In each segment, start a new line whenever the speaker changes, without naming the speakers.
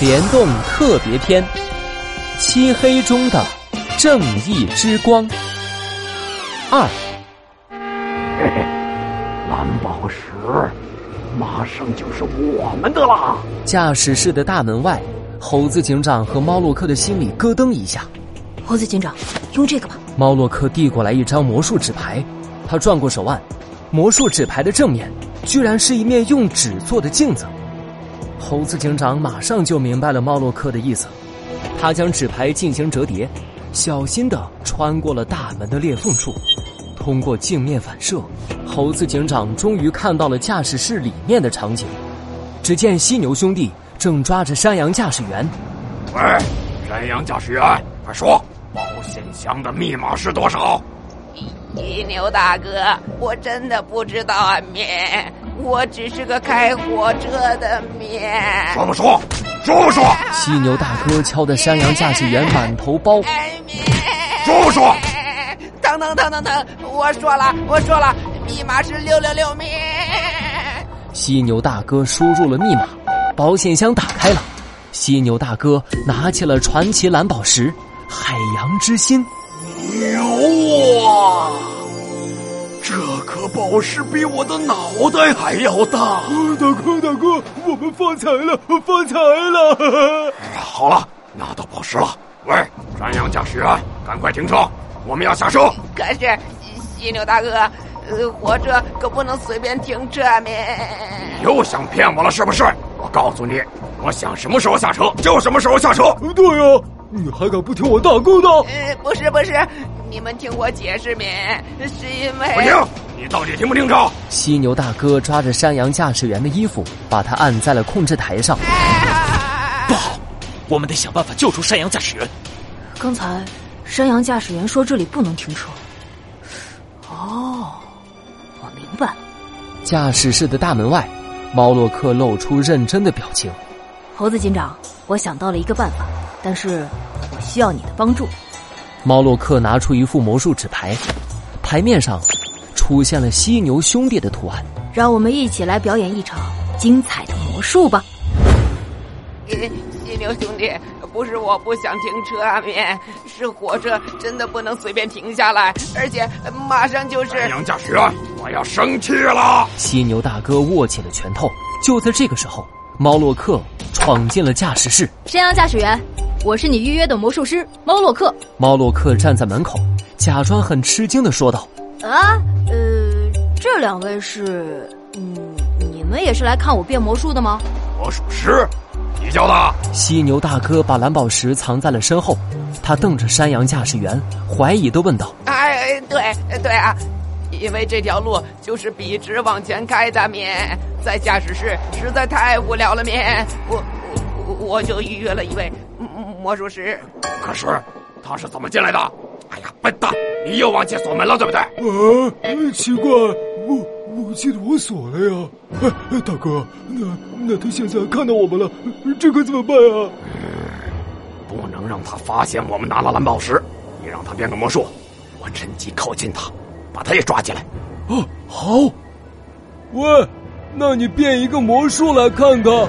联动特别篇：漆黑中的正义之光二。
蓝宝石马上就是我们的啦！
驾驶室的大门外，猴子警长和猫洛克的心里咯噔一下。
猴子警长，用这个吧。
猫洛克递过来一张魔术纸牌，他转过手腕，魔术纸牌的正面居然是一面用纸做的镜子。猴子警长马上就明白了猫洛克的意思，他将纸牌进行折叠，小心地穿过了大门的裂缝处。通过镜面反射，猴子警长终于看到了驾驶室里面的场景。只见犀牛兄弟正抓着山羊驾驶员，
喂，山羊驾驶员，快说，保险箱的密码是多少？
犀牛大哥，我真的不知道啊，面，我只是个开火车的面。
说不说？说不说？
犀牛大哥敲得山羊驾驶员满头包。
哎，面，
说不说？
疼疼疼疼疼！我说了，我说了，密码是六六六面。
犀牛大哥输入了密码，保险箱打开了。犀牛大哥拿起了传奇蓝宝石——海洋之心。
牛啊！哎这颗宝石比我的脑袋还要大。
啊大哥，大哥，我们发财了，发财了！
哎好了，拿到宝石了。喂，山羊驾驶员，赶快停车，我们要下车。
可是犀牛大哥，呃，火车可不能随便停车啊，面。
又想骗我了是不是？我告诉你，我想什么时候下车就什么时候下车。
对呀、你还敢不听我大哥的？
呃，不是不是，你们听我解释，面，是因为
不停，你到底听不听着？
犀牛大哥抓着山羊驾驶员的衣服，把他按在了控制台上。
哎
不好，我们得想办法救出山羊驾驶员。
刚才山羊驾驶员说这里不能停车。哦，我明白了。
驾驶室的大门外，猫洛克露出认真的表情。
猴子警长，我想到了一个办法，但是我需要你的帮助。
猫洛克拿出一副魔术纸牌，牌面上出现了犀牛兄弟的图案。
让我们一起来表演一场精彩的魔术吧！
呃犀牛兄弟，不是我不想停车啊，面，是火车真的不能随便停下来，而且马上就是。
山羊驾驶员，我要生气了。
犀牛大哥握紧了拳头。就在这个时候，猫洛克闯进了驾驶室。
山羊驾驶员，我是你预约的魔术师猫洛克。
猫洛克站在门口，假装很吃惊的说道
啊，呃，这两位是，嗯，你们也是来看我变魔术的吗？
我属师，你叫的。：“
犀牛大哥把蓝宝石藏在了身后。”他瞪着山羊驾驶员，怀疑的问道
哎，对对啊，因为这条路就是笔直往前开的面，在驾驶室实在太无聊了面，我我我就预约了一位嗯魔术师。
可是他是怎么进来的？哎呀，笨蛋，你又忘记锁门了，对不对？
啊，奇怪，我我记得我锁了呀。哎，哎大哥，那那他现在看到我们了，这可怎么办啊？
不能让他发现我们拿了蓝宝石。你让他变个魔术，我趁机靠近他，把他也抓起来。
啊，好。喂，那你变一个魔术来看看。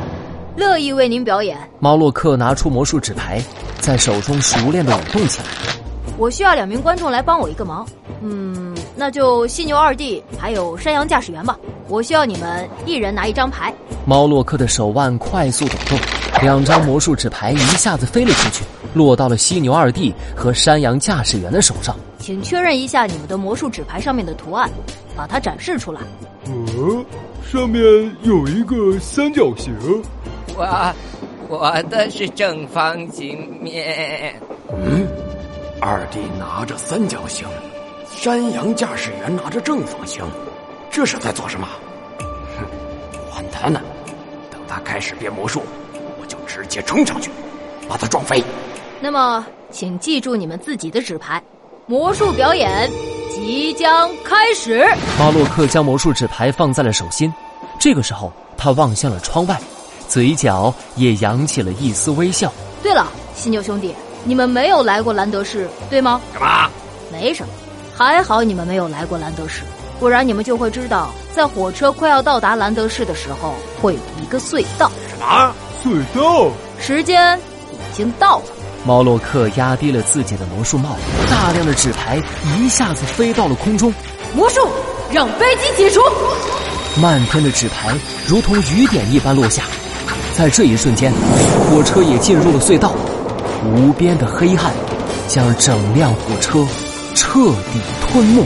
乐意为您表演。：“
猫洛克拿出魔术纸牌，在手中熟练的舞动起来。
我需要两名观众来帮我一个忙。嗯，那就犀牛二弟还有山羊驾驶员吧。我需要你们一人拿一张牌。”
猫洛克的手腕快速抖动，两张魔术纸牌一下子飞了出去，落到了犀牛二弟和山羊驾驶员的手上。
请确认一下你们的魔术纸牌上面的图案，把它展示出来。
嗯、上面有一个三角形。
我我的是正方形面，
二弟拿着三角形，山羊驾驶员拿着正方形，这是在做什么？哼，管他呢！等他开始变魔术，我就直接冲上去，把他撞飞。
那么，请记住你们自己的纸牌。魔术表演即将开始。
猫洛克将魔术纸牌放在了手心，这个时候他望向了窗外，嘴角也扬起了一丝微笑。
对了，犀牛兄弟，你们没有来过兰德市，对吗？
什么？
没什么，还好你们没有来过兰德市，不然你们就会知道，在火车快要到达兰德市的时候，会有一个隧道。
什么？
隧道。
时间已经到了。
猫洛克压低了自己的魔术帽，大量的纸牌一下子飞到了空中，
魔术让飞机解除。
漫天的纸牌如同雨点一般落下。在这一瞬间，火车也进入了隧道，无边的黑暗将整辆火车彻底吞没。